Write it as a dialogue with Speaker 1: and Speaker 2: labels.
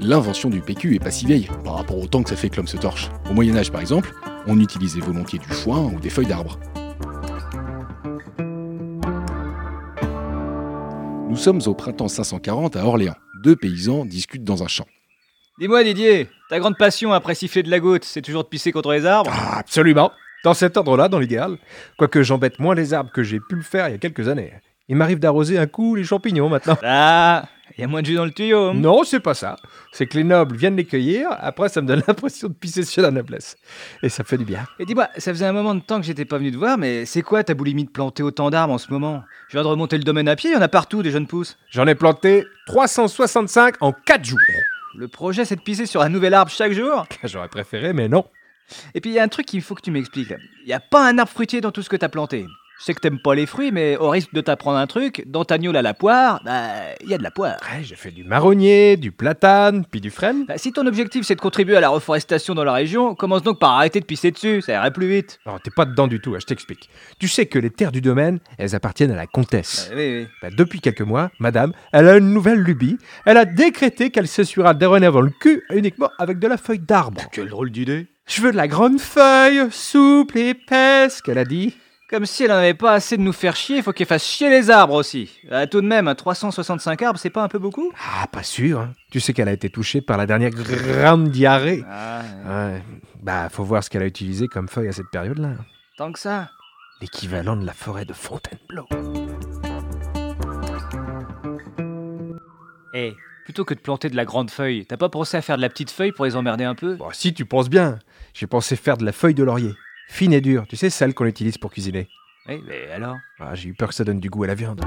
Speaker 1: l'invention du PQ est pas si vieille par rapport au temps que ça fait que l'homme se torche. Au Moyen Âge par exemple, on utilisait volontiers du foin ou des feuilles d'arbres. Nous sommes au printemps 540 à Orléans. Deux paysans discutent dans un champ.
Speaker 2: Dis-moi Didier, ta grande passion après siffler de la goutte, c'est toujours de pisser contre les arbres
Speaker 3: Ah, absolument. Dans cet ordre-là, dans l'idéal. Quoique j'embête moins les arbres que j'ai pu le faire il y a quelques années. Il m'arrive d'arroser un coup les champignons maintenant.
Speaker 2: Ah, il y a moins de jus dans le tuyau. hein.
Speaker 3: Non, c'est pas ça. C'est que les nobles viennent les cueillir, après ça me donne l'impression de pisser sur la noblesse. Et ça fait du bien.
Speaker 2: Et dis-moi, ça faisait un moment de temps que j'étais pas venu te voir, mais c'est quoi ta boulimie de planter autant d'arbres en ce moment Je viens de remonter le domaine à pied, il y en a partout des jeunes pousses.
Speaker 3: J'en ai planté 365 en 4 jours.
Speaker 2: Le projet c'est de pisser sur un nouvel arbre chaque jour
Speaker 3: J'aurais préféré, mais non.
Speaker 2: Et puis il y a un truc qu'il faut que tu m'expliques. là. Il n'y a pas un arbre fruitier dans tout ce que t'as planté. Je sais que t'aimes pas les fruits, mais au risque de t'apprendre un truc, dans ta gnôle à la poire, bah, il y a de la poire.
Speaker 3: Ouais, j'ai fait du marronnier, du platane, puis du frêne.
Speaker 2: Bah, si ton objectif c'est de contribuer à la reforestation dans la région, commence donc par arrêter de pisser dessus, ça irait plus vite.
Speaker 3: Non, t'es pas dedans du tout, hein, je t'explique. Tu sais que les terres du domaine, elles appartiennent à la comtesse.
Speaker 2: Ah, oui, oui.
Speaker 3: Bah, depuis quelques mois, madame, elle a une nouvelle lubie. Elle a décrété qu'elle s'essuiera dorénavant le cul uniquement avec de la feuille d'arbre.
Speaker 2: Quelle drôle d'idée
Speaker 3: Je veux de la grande feuille, souple, épaisse, qu'elle a dit.
Speaker 2: Comme si elle n'en avait pas assez de nous faire chier, il faut qu'elle fasse chier les arbres aussi. Ah, tout de même, un 365 arbres, c'est pas un peu beaucoup
Speaker 3: Ah, pas sûr, hein. Tu sais qu'elle a été touchée par la dernière grande diarrhée.
Speaker 2: Ah,
Speaker 3: Ouais. Bah, faut voir ce qu'elle a utilisé comme feuille à cette période-là.
Speaker 2: tant que ça.
Speaker 3: L'équivalent de la forêt de Fontainebleau.
Speaker 2: Eh, plutôt que de planter de la grande feuille, t'as pas pensé à faire de la petite feuille pour les emmerder un peu
Speaker 3: Bon, si tu penses bien, j'ai pensé faire de la feuille de laurier. Fine et dure, tu sais, celle qu'on utilise pour cuisiner.
Speaker 2: Oui, Eh, mais alors
Speaker 3: Ah, j'ai eu peur que ça donne du goût à la viande.